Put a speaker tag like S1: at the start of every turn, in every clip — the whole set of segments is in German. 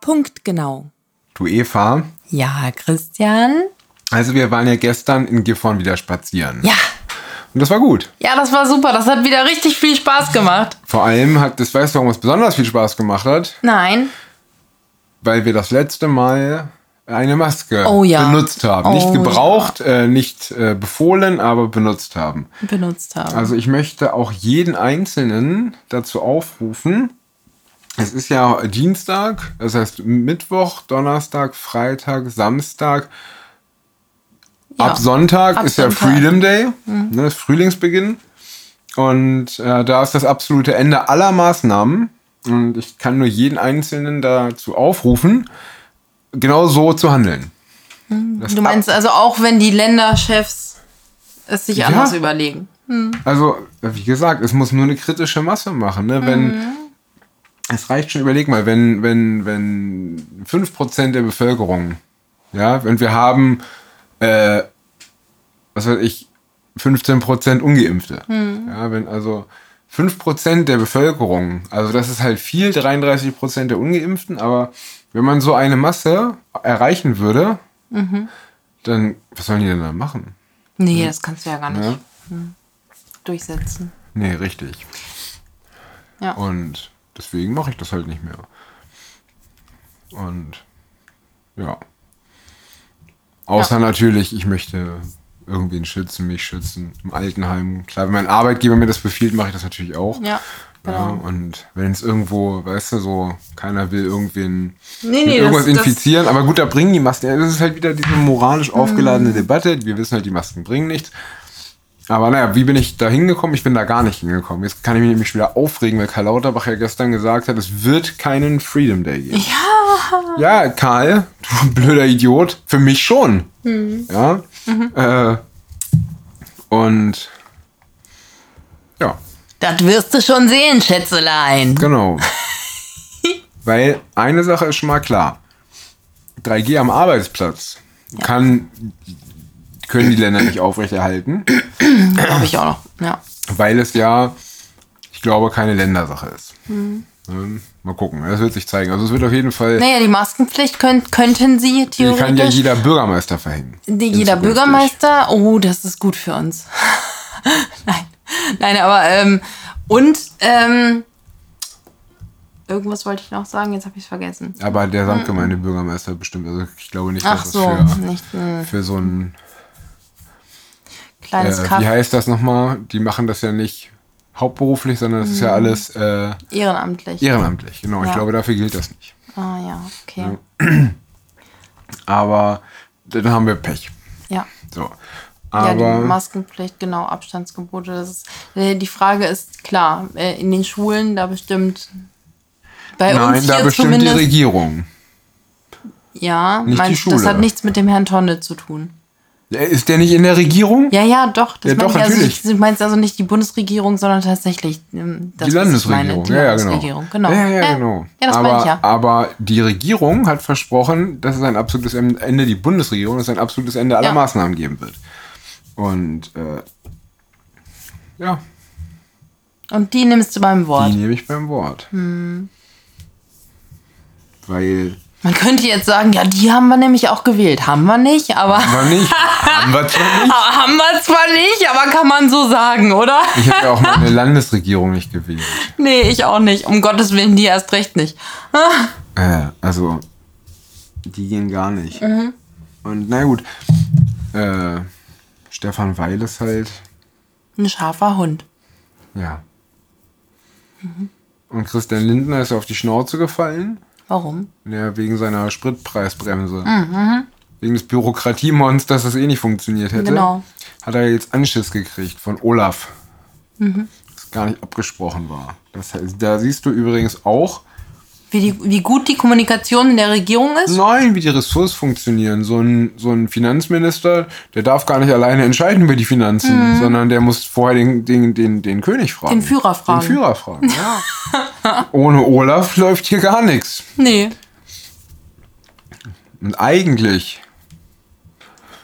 S1: Punktgenau.
S2: Du Eva,
S1: Ja, Christian.
S2: also wir waren ja gestern in Gifhorn wieder spazieren.
S1: Ja.
S2: Und das war gut.
S1: Ja, das war super. Das hat wieder richtig viel Spaß gemacht.
S2: Vor allem hat, das weißt du, warum es besonders viel Spaß gemacht hat,
S1: Nein.
S2: weil wir das letzte Mal eine Maske
S1: Oh ja.
S2: benutzt haben.
S1: Oh
S2: nicht gebraucht, äh, nicht äh, befohlen, aber benutzt haben.
S1: Benutzt haben.
S2: Also ich möchte auch jeden Einzelnen dazu aufrufen. Es ist ja Dienstag, das heißt Mittwoch, Donnerstag, Freitag, Samstag.
S1: Ja.
S2: Ab Sonntag
S1: Ab
S2: ist ja
S1: Sonntag. Mhm.
S2: Freedom Day, ne, das Frühlingsbeginn. Und äh, da ist das absolute Ende aller Maßnahmen. Und ich kann nur jeden Einzelnen dazu aufrufen, genau so zu handeln. Das
S1: Du meinst also auch, wenn die Länderchefs es sich anders überlegen.
S2: Also, wie gesagt, es muss nur eine kritische Masse machen. Ne? Wenn, Es reicht schon, überleg mal, wenn, wenn, wenn 5% der Bevölkerung, ja, wenn wir haben, äh, was weiß ich, 15% Ungeimpfte. Ja, wenn also 5% der Bevölkerung, also das ist halt viel, 33% der Ungeimpften, aber wenn man so eine Masse erreichen würde, dann, was sollen die denn da machen?
S1: Nee, das kannst du ja gar nicht
S2: Hm. Ja?
S1: durchsetzen.
S2: Nee, richtig.
S1: Ja.
S2: Und deswegen mache ich das halt nicht mehr. Und ja. Außer natürlich, ich möchte irgendwen schützen, mich schützen, im Altenheim. Klar, wenn mein Arbeitgeber mir das befiehlt, mache ich das natürlich auch.
S1: Ja,
S2: Ja,
S1: genau.
S2: und wenn es irgendwo, weißt du, so, keiner will irgendwen
S1: Nee,
S2: mit
S1: nee,
S2: irgendwas
S1: das- Mhm. das-
S2: infizieren, aber gut, da bringen die Masken. ja, Das ist halt wieder diese moralisch aufgeladene Debatte. Wir wissen halt, die Masken bringen nichts. Aber naja, wie bin ich da hingekommen? Ich bin da gar nicht hingekommen. Jetzt kann ich mich nämlich wieder aufregen, weil Karl Lauterbach ja gestern gesagt hat, es wird keinen Freedom Day geben. Ja. Ja, Karl, du blöder Idiot. Für mich schon.
S1: Mhm.
S2: Ja. Äh, und ja.
S1: Das wirst du schon sehen, Schätzelein.
S2: Genau. Weil eine Sache ist schon mal klar. 3G am Arbeitsplatz kann, können die Länder nicht aufrechterhalten,
S1: Glaube ich auch noch. Ja.
S2: weil es ja, ich glaube, keine Ländersache ist.
S1: Mhm.
S2: Ähm, Mal gucken, das wird sich zeigen. Also es wird auf jeden Fall,
S1: Naja, die Maskenpflicht könnt, könnten sie
S2: die
S1: theoretisch.
S2: kann ja jeder Bürgermeister verhängen.
S1: Die- Jeder
S2: Inzukünftig.
S1: Bürgermeister, oh, das ist gut für uns. Nein. Nein, aber ähm, und ähm, irgendwas wollte ich noch sagen, jetzt habe ich es vergessen.
S2: Aber der Samtgemeindebürgermeister bestimmt, also ich glaube nicht,
S1: Mhm. Ach
S2: dass
S1: so, Hm.
S2: das für,
S1: nicht ein
S2: für so ein äh,
S1: kleines Kaff.
S2: wie heißt das nochmal? Die machen das ja nicht hauptberuflich, sondern das ist
S1: Mhm.
S2: ja alles äh,
S1: Ehrenamtlich.
S2: ehrenamtlich. Genau, ich
S1: Ja.
S2: glaube, dafür gilt das nicht.
S1: Ah ja, okay.
S2: Aber dann haben wir Pech.
S1: Ja.
S2: So.
S1: Ja,
S2: Aber
S1: die Maskenpflicht, genau, Abstandsgebote. Das ist, äh, die Frage ist klar, äh, in den Schulen, da bestimmt bei
S2: nein,
S1: uns
S2: da
S1: hier
S2: bestimmt die
S1: zumindest.
S2: Regierung.
S1: ja,
S2: die
S1: mein, das
S2: Schule.
S1: hat nichts mit dem Herrn Tonne zu tun.
S2: Ja, Ist der nicht in der Regierung?
S1: Ja, ja, doch. Das
S2: Ja,
S1: meine
S2: doch,
S1: ich also,
S2: natürlich.
S1: nicht- Du meinst also nicht die Bundesregierung, sondern tatsächlich ähm, das,
S2: die
S1: was ich meine,
S2: Landesregierung.
S1: die
S2: ja, ja, genau.
S1: Landesregierung, genau.
S2: Ja, ja, genau.
S1: Ja, das
S2: aber,
S1: meine ich ja.
S2: aber die Regierung hat versprochen, dass es ein absolutes Ende, die Bundesregierung, dass es ein absolutes Ende aller
S1: Ja.
S2: Maßnahmen geben wird. Und äh, ja,
S1: Und die nimmst du beim Wort. Hm.
S2: die nehme ich beim Wort. Weil
S1: Man könnte jetzt sagen, ja, die haben wir nämlich auch gewählt. Haben wir nicht, aber.
S2: Aber nicht. Haben wir zwar nicht.
S1: haben wir zwar nicht, aber kann man so sagen, oder?
S2: Ich habe ja auch meine Landesregierung nicht gewählt.
S1: Nee, ich auch nicht. Um Gottes Willen, die erst recht nicht.
S2: Äh, also, die gehen gar nicht. Und na gut, äh, Stefan Weil ist halt,
S1: Ein scharfer Hund.
S2: ja. Und Christian Lindner ist auf die Schnauze gefallen.
S1: Warum?
S2: Ja, wegen seiner Spritpreisbremse. Wegen des Bürokratiemonsters, das eh nicht funktioniert hätte.
S1: Genau.
S2: Hat er jetzt Anschiss gekriegt von Olaf. Das gar nicht abgesprochen war. Das heißt, da siehst du übrigens auch,
S1: Wie, die, wie gut die Kommunikation in der Regierung ist?
S2: nein, wie die Ressorts funktionieren. So ein, so ein Finanzminister, der darf gar nicht alleine entscheiden über die Finanzen, sondern der muss vorher den, den, den, den König fragen.
S1: Mhm. Den Führer fragen.
S2: Den Führer fragen, ja. Ohne Olaf läuft hier gar nichts.
S1: Nee.
S2: Und eigentlich,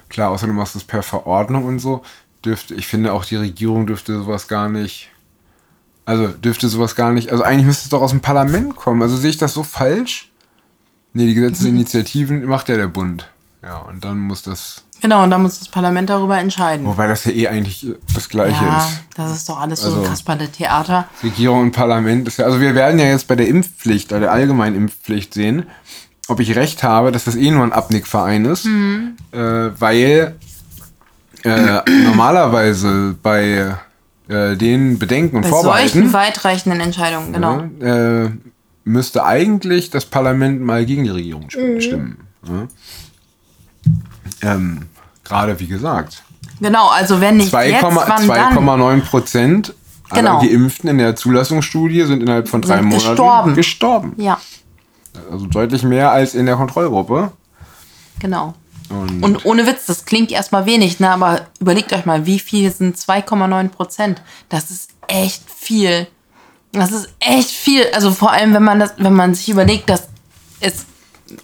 S2: klar, außer du machst es per Verordnung und so, dürfte, ich finde auch die Regierung dürfte sowas gar nicht, also dürfte sowas gar nicht, also eigentlich müsste es doch aus dem Parlament kommen. Also sehe ich das so falsch? Nee, die Gesetzesinitiativen macht ja der Bund. Ja, und dann muss das.
S1: Genau, und da muss das Parlament darüber entscheiden.
S2: Wobei das ja eh eigentlich das Gleiche
S1: ja,
S2: ist.
S1: das ist doch alles so ein
S2: Also-
S1: Kasperle-Theater.
S2: Regierung und Parlament ist ja. Also wir werden ja jetzt bei der Impfpflicht, bei der allgemeinen Impfpflicht sehen, ob ich recht habe, dass das eh nur ein Abnickverein ist.
S1: Mhm.
S2: Äh, weil äh, normalerweise bei äh, den Bedenken und
S1: Bei solchen
S2: Vorbehalten
S1: weitreichenden Entscheidungen, genau.
S2: ja, äh, müsste eigentlich das Parlament mal gegen die Regierung sp-
S1: Mhm.
S2: stimmen. Ja. Ähm, Gerade wie gesagt,
S1: Genau, also wenn nicht jetzt, wann dann?
S2: 2,9 Prozent
S1: Genau.
S2: aller Geimpften in der Zulassungsstudie sind innerhalb von drei
S1: Sind
S2: Monaten
S1: gestorben.
S2: gestorben.
S1: Ja,
S2: Also deutlich mehr als in der Kontrollgruppe.
S1: genau.
S2: Und,
S1: Und ohne Witz, das klingt erstmal wenig, ne? aber überlegt euch mal, wie viel sind 2,9 Prozent? Das ist echt viel. Das ist echt viel. Also vor allem, wenn man, das, wenn man sich überlegt, dass es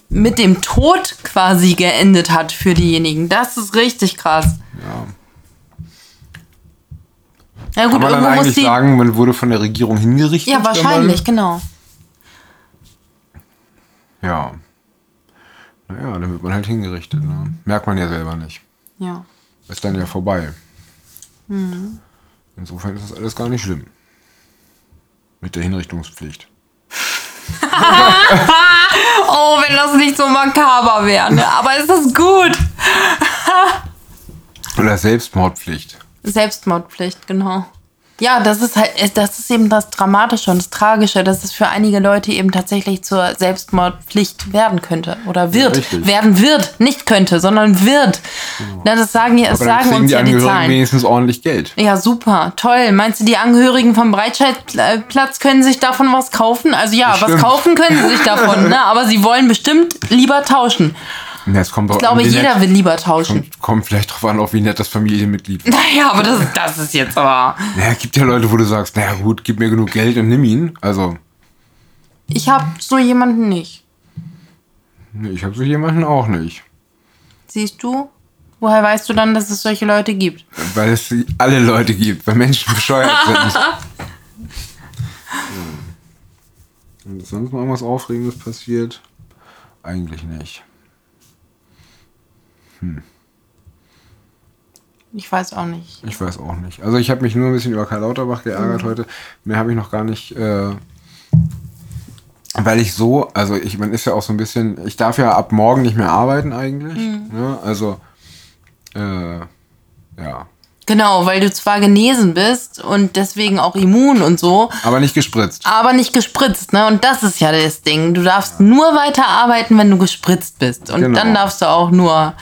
S1: mit dem Tod quasi geendet hat für diejenigen. Das ist richtig krass.
S2: ja.
S1: Ja gut,
S2: Kann man dann
S1: irgendwo muss
S2: eigentlich
S1: die...
S2: sagen, man wurde von der Regierung hingerichtet?
S1: ja,
S2: wenn man-
S1: wahrscheinlich, genau.
S2: Ja. Naja, dann wird man halt hingerichtet. Ne? Merkt man ja selber nicht.
S1: Ja.
S2: ist dann ja vorbei.
S1: Mhm.
S2: Insofern ist das alles gar nicht schlimm. Mit der Hinrichtungspflicht.
S1: Oh, wenn das nicht so makaber wäre. Ne? Aber ist das gut?
S2: Oder Selbstmordpflicht.
S1: Selbstmordpflicht, genau. Ja, das ist halt, das ist eben das Dramatische und das Tragische, dass es für einige Leute eben tatsächlich zur Selbstmordpflicht werden könnte oder wird,
S2: richtig. Genau.
S1: werden wird, nicht könnte, sondern wird. Na, das sagen ja, das
S2: Aber dann
S1: sagen
S2: kriegen
S1: uns
S2: die
S1: ja die
S2: Angehörigen
S1: Zahlen.
S2: wenigstens ordentlich Geld.
S1: Ja, super, toll. Meinst du, die Angehörigen vom Breitscheidplatz können sich davon was kaufen? Also ja, was
S2: Bestimmt.
S1: kaufen können sie sich davon, ne? Aber sie wollen bestimmt lieber tauschen.
S2: Ja, Es kommt
S1: Ich glaube, jeder will lieber tauschen.
S2: Kommt, kommt vielleicht drauf an, auch wie nett das Familienmitglied war.
S1: Naja, aber das, das ist jetzt aber.
S2: Naja, gibt ja Leute, wo du sagst, naja gut, gib mir genug Geld und nimm ihn. Also,
S1: Ich habe so jemanden nicht.
S2: nee, ich habe so jemanden auch nicht.
S1: Siehst du? Woher weißt du dann, dass es solche Leute gibt?
S2: Weil es alle Leute gibt, weil Menschen bescheuert sind. Hm. Ist sonst noch irgendwas Aufregendes passiert? Eigentlich nicht.
S1: Ich weiß auch nicht.
S2: Ich weiß auch nicht. Also ich habe mich nur ein bisschen über Karl Lauterbach geärgert heute. Mehr habe ich noch gar nicht. Äh, weil ich so, also ich, man ist ja auch so ein bisschen, ich darf ja ab morgen nicht mehr arbeiten eigentlich. Ne? Also, äh, ja.
S1: Genau, weil du zwar genesen bist und deswegen auch immun und so,
S2: Aber nicht gespritzt.
S1: aber nicht gespritzt, ne? Und das ist ja das Ding. Du darfst nur weiter arbeiten, wenn du gespritzt bist. Und
S2: Genau.
S1: dann darfst du auch nur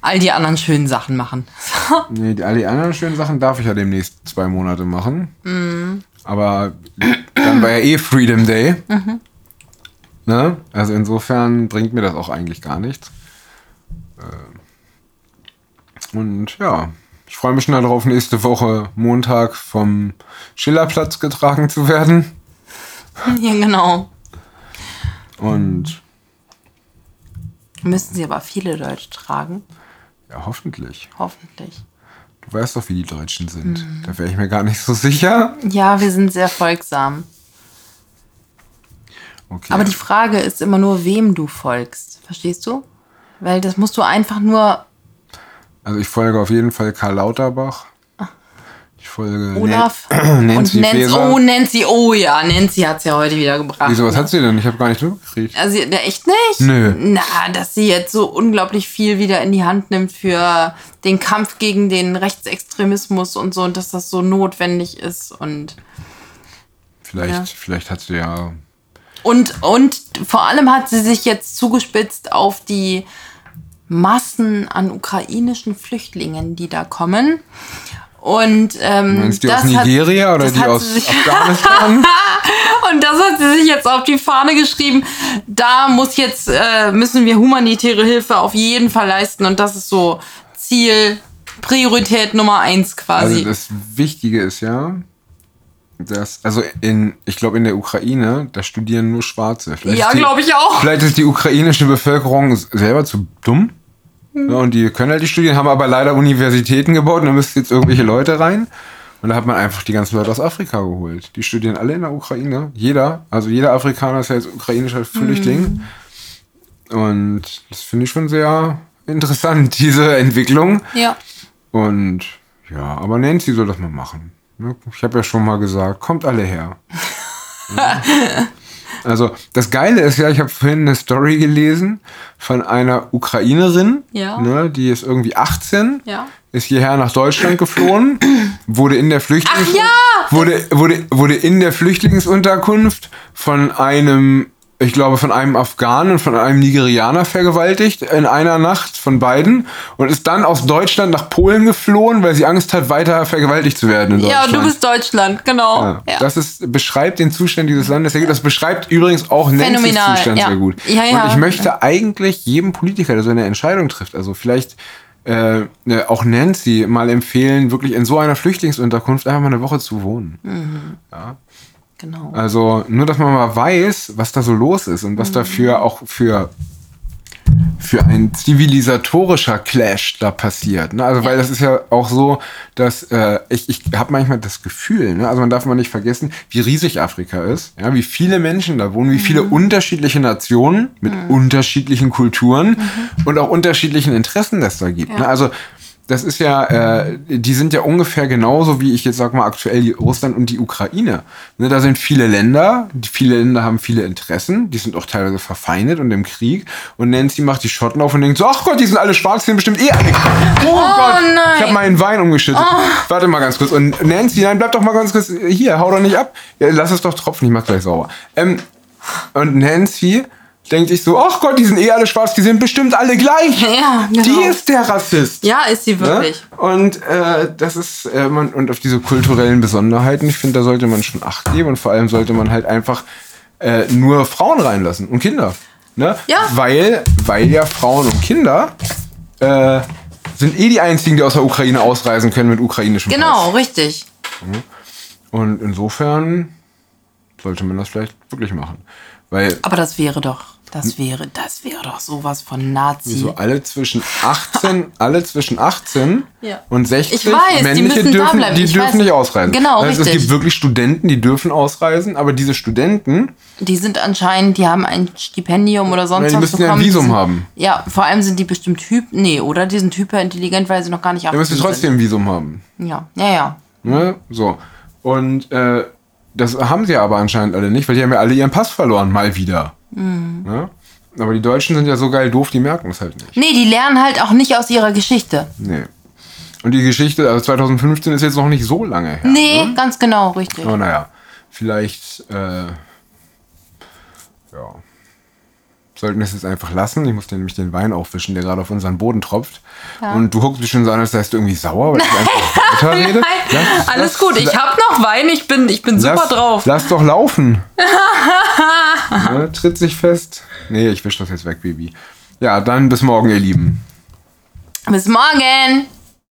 S1: all die anderen schönen Sachen machen.
S2: Nee, die, alle die anderen schönen Sachen darf ich ja demnächst zwei Monate machen. Aber dann war ja eh Freedom Day. Ne? Also insofern bringt mir das auch eigentlich gar nichts. Äh, Und ja, ich freue mich schon darauf, nächste Woche Montag vom Schillerplatz getragen zu werden.
S1: ja, genau.
S2: Und
S1: Müssen sie aber viele Leute tragen,
S2: ja, hoffentlich.
S1: hoffentlich.
S2: Du weißt doch, wie die Deutschen sind.
S1: Mhm.
S2: Da wäre ich mir gar nicht so sicher.
S1: Ja, wir sind sehr folgsam.
S2: Okay.
S1: Aber die Frage ist immer nur, wem du folgst. Verstehst du? Weil das musst du einfach nur
S2: Also ich folge auf jeden Fall Karl Lauterbach. Ich folge
S1: Ah. Olaf
S2: Nan Nancy
S1: und Nancy.
S2: Faeser.
S1: Oh, Nancy. Oh ja, Nancy hat's ja heute wieder gebracht.
S2: Wieso, was hat sie denn? Ich habe gar nicht mitgekriegt.
S1: Also, na, echt nicht?
S2: Nö.
S1: Na, dass sie jetzt so unglaublich viel wieder in die Hand nimmt für den Kampf gegen den Rechtsextremismus und so und dass das so notwendig ist und
S2: Vielleicht,
S1: Ja.
S2: vielleicht hat sie ja...
S1: und und vor allem hat sie sich jetzt zugespitzt auf die Massen an ukrainischen Flüchtlingen, die da kommen. Und ähm,
S2: Meinst du die
S1: das
S2: aus
S1: hat-
S2: Nigeria oder
S1: das
S2: die
S1: hat
S2: aus
S1: sie sich-
S2: Afghanistan?
S1: Und das hat sie sich jetzt auf die Fahne geschrieben. Da muss jetzt, äh, müssen wir humanitäre Hilfe auf jeden Fall leisten. Und das ist so Ziel, Priorität Nummer eins
S2: Also
S1: quasi.
S2: das Wichtige ist ja, dass... Also in, ich glaube in der Ukraine, da studieren nur Schwarze. Vielleicht
S1: ja,
S2: ist die-
S1: glaube ich auch.
S2: Vielleicht ist die ukrainische Bevölkerung s- selber zu dumm. Ja, und die können halt die Studien, haben aber leider Universitäten gebaut und da müssen jetzt irgendwelche Leute rein. Und da hat man einfach die ganzen Leute aus Afrika geholt. Die studieren alle in der Ukraine. Jeder, also jeder Afrikaner ist ja jetzt ukrainischer Flüchtling. halt Und das finde ich schon sehr interessant, diese Entwicklung.
S1: Ja.
S2: Und ja, aber Nancy soll das mal machen. Ne? Ich habe ja schon mal gesagt, kommt alle her. Ja. Also das Geile ist ja, ich habe vorhin eine Story gelesen von einer Ukrainerin,
S1: Ja.
S2: ne, die ist irgendwie 18,
S1: Ja.
S2: ist hierher nach Deutschland geflohen, wurde in der Flüchtlings
S1: Ach ja!
S2: wurde, wurde, wurde in der Flüchtlingsunterkunft von einem, ich glaube, von einem Afghanen und von einem Nigerianer vergewaltigt in einer Nacht von beiden und ist dann aus Deutschland nach Polen geflohen, weil sie Angst hat, weiter vergewaltigt zu werden in
S1: Ja,
S2: Deutschland.
S1: du bist Deutschland, genau.
S2: Ja,
S1: Ja.
S2: Das ist, beschreibt den Zustand dieses Landes sehr gut. Das beschreibt übrigens auch Nancy's
S1: Phänomenal,
S2: Zustand
S1: ja.
S2: sehr gut.
S1: Ja, ja.
S2: Und ich möchte eigentlich jedem Politiker, der so eine Entscheidung trifft, also vielleicht äh, äh, auch Nancy mal empfehlen, wirklich in so einer Flüchtlingsunterkunft einfach mal eine Woche zu wohnen.
S1: genau.
S2: Also nur, dass man mal weiß, was da so los ist und was dafür auch für für ein zivilisatorischer Clash da passiert. Ne? Also, weil das ist ja auch so, dass äh, ich, ich habe manchmal das Gefühl, ne? also man darf mal nicht vergessen, wie riesig Afrika ist, ja? wie viele Menschen da wohnen, wie viele unterschiedliche Nationen mit unterschiedlichen Kulturen und auch unterschiedlichen Interessen das da gibt. Ne? Also das ist ja, äh, die sind ja ungefähr genauso wie ich jetzt sag mal aktuell die Russland und die Ukraine. Ne, da sind viele Länder, die viele Länder haben viele Interessen, die sind auch teilweise verfeindet und im Krieg. Und Nancy macht die Schotten auf und denkt so, ach Gott, die sind alle schwarz, die sind bestimmt eh alle. Oh, Gott, ich habe meinen Wein umgeschüttet. Warte mal ganz kurz. Und Nancy, nein, bleib doch mal ganz kurz hier, hau doch nicht ab. Ja, lass es doch tropfen, ich mach gleich sauber. Ähm, und Nancy denkt sich so, ach Gott, die sind eh alle schwarz, die sind bestimmt alle gleich.
S1: Ja, genau.
S2: Die ist der Rassist.
S1: Ja, ist sie
S2: Ne?
S1: wirklich.
S2: Und äh, das ist äh, man, und auf diese kulturellen Besonderheiten, ich finde, da sollte man schon Acht geben und vor allem sollte man halt einfach äh, nur Frauen reinlassen und Kinder. Ne?
S1: Ja.
S2: Weil, weil ja Frauen und Kinder äh, sind eh die einzigen, die aus der Ukraine ausreisen können mit ukrainischem
S1: Genau,
S2: Pass.
S1: richtig.
S2: Und insofern sollte man das vielleicht wirklich machen. Weil
S1: Aber das wäre doch, das
S2: Hm.
S1: wäre, das wäre doch sowas von Nazi.
S2: so alle zwischen 18, alle zwischen 18
S1: Ja.
S2: und 60
S1: Ich weiß, die
S2: männliche
S1: müssen da
S2: dürfen,
S1: bleiben.
S2: die
S1: Ich
S2: dürfen
S1: weiß.
S2: nicht ausreisen.
S1: Genau,
S2: das heißt, es
S1: richtig.
S2: gibt wirklich Studenten, die dürfen ausreisen, aber diese Studenten,
S1: Die sind anscheinend, die haben ein Stipendium oder sonst
S2: Ja, die
S1: was
S2: müssen ja ein
S1: bekommen.
S2: Visum
S1: Die sind,
S2: haben.
S1: Ja, vor allem sind die bestimmt Typ, nee, oder? Die sind hyperintelligent, weil sie noch gar nicht
S2: da müssen sie trotzdem ein Visum haben.
S1: Sind. Ja, ja, ja.
S2: Ne? So. Und äh, das haben sie aber anscheinend alle nicht, weil die haben ja alle ihren Pass verloren, mal wieder.
S1: Mhm.
S2: Ne? Aber die Deutschen sind ja so geil doof, die merken es halt nicht.
S1: Nee, die lernen halt auch nicht aus ihrer Geschichte.
S2: Nee. Und die Geschichte, also 2015 ist jetzt noch nicht so lange her.
S1: Nee, ganz genau, richtig.
S2: Aber Oh, naja, vielleicht, äh, ja, sollten wir es jetzt einfach lassen. Ich muss dir nämlich den Wein aufwischen, der gerade auf unseren Boden tropft. Und du guckst mich schon so an, als seist du irgendwie sauer, weil ich einfach weiterrede. Lass-
S1: Alles
S2: lass-
S1: gut, ich hab noch Wein, ich bin, ich bin super
S2: lass,
S1: drauf.
S2: Lass doch laufen. ne, tritt sich fest. Nee, ich wisch das jetzt weg, Baby. Ja, dann bis morgen, ihr Lieben.
S1: Bis morgen!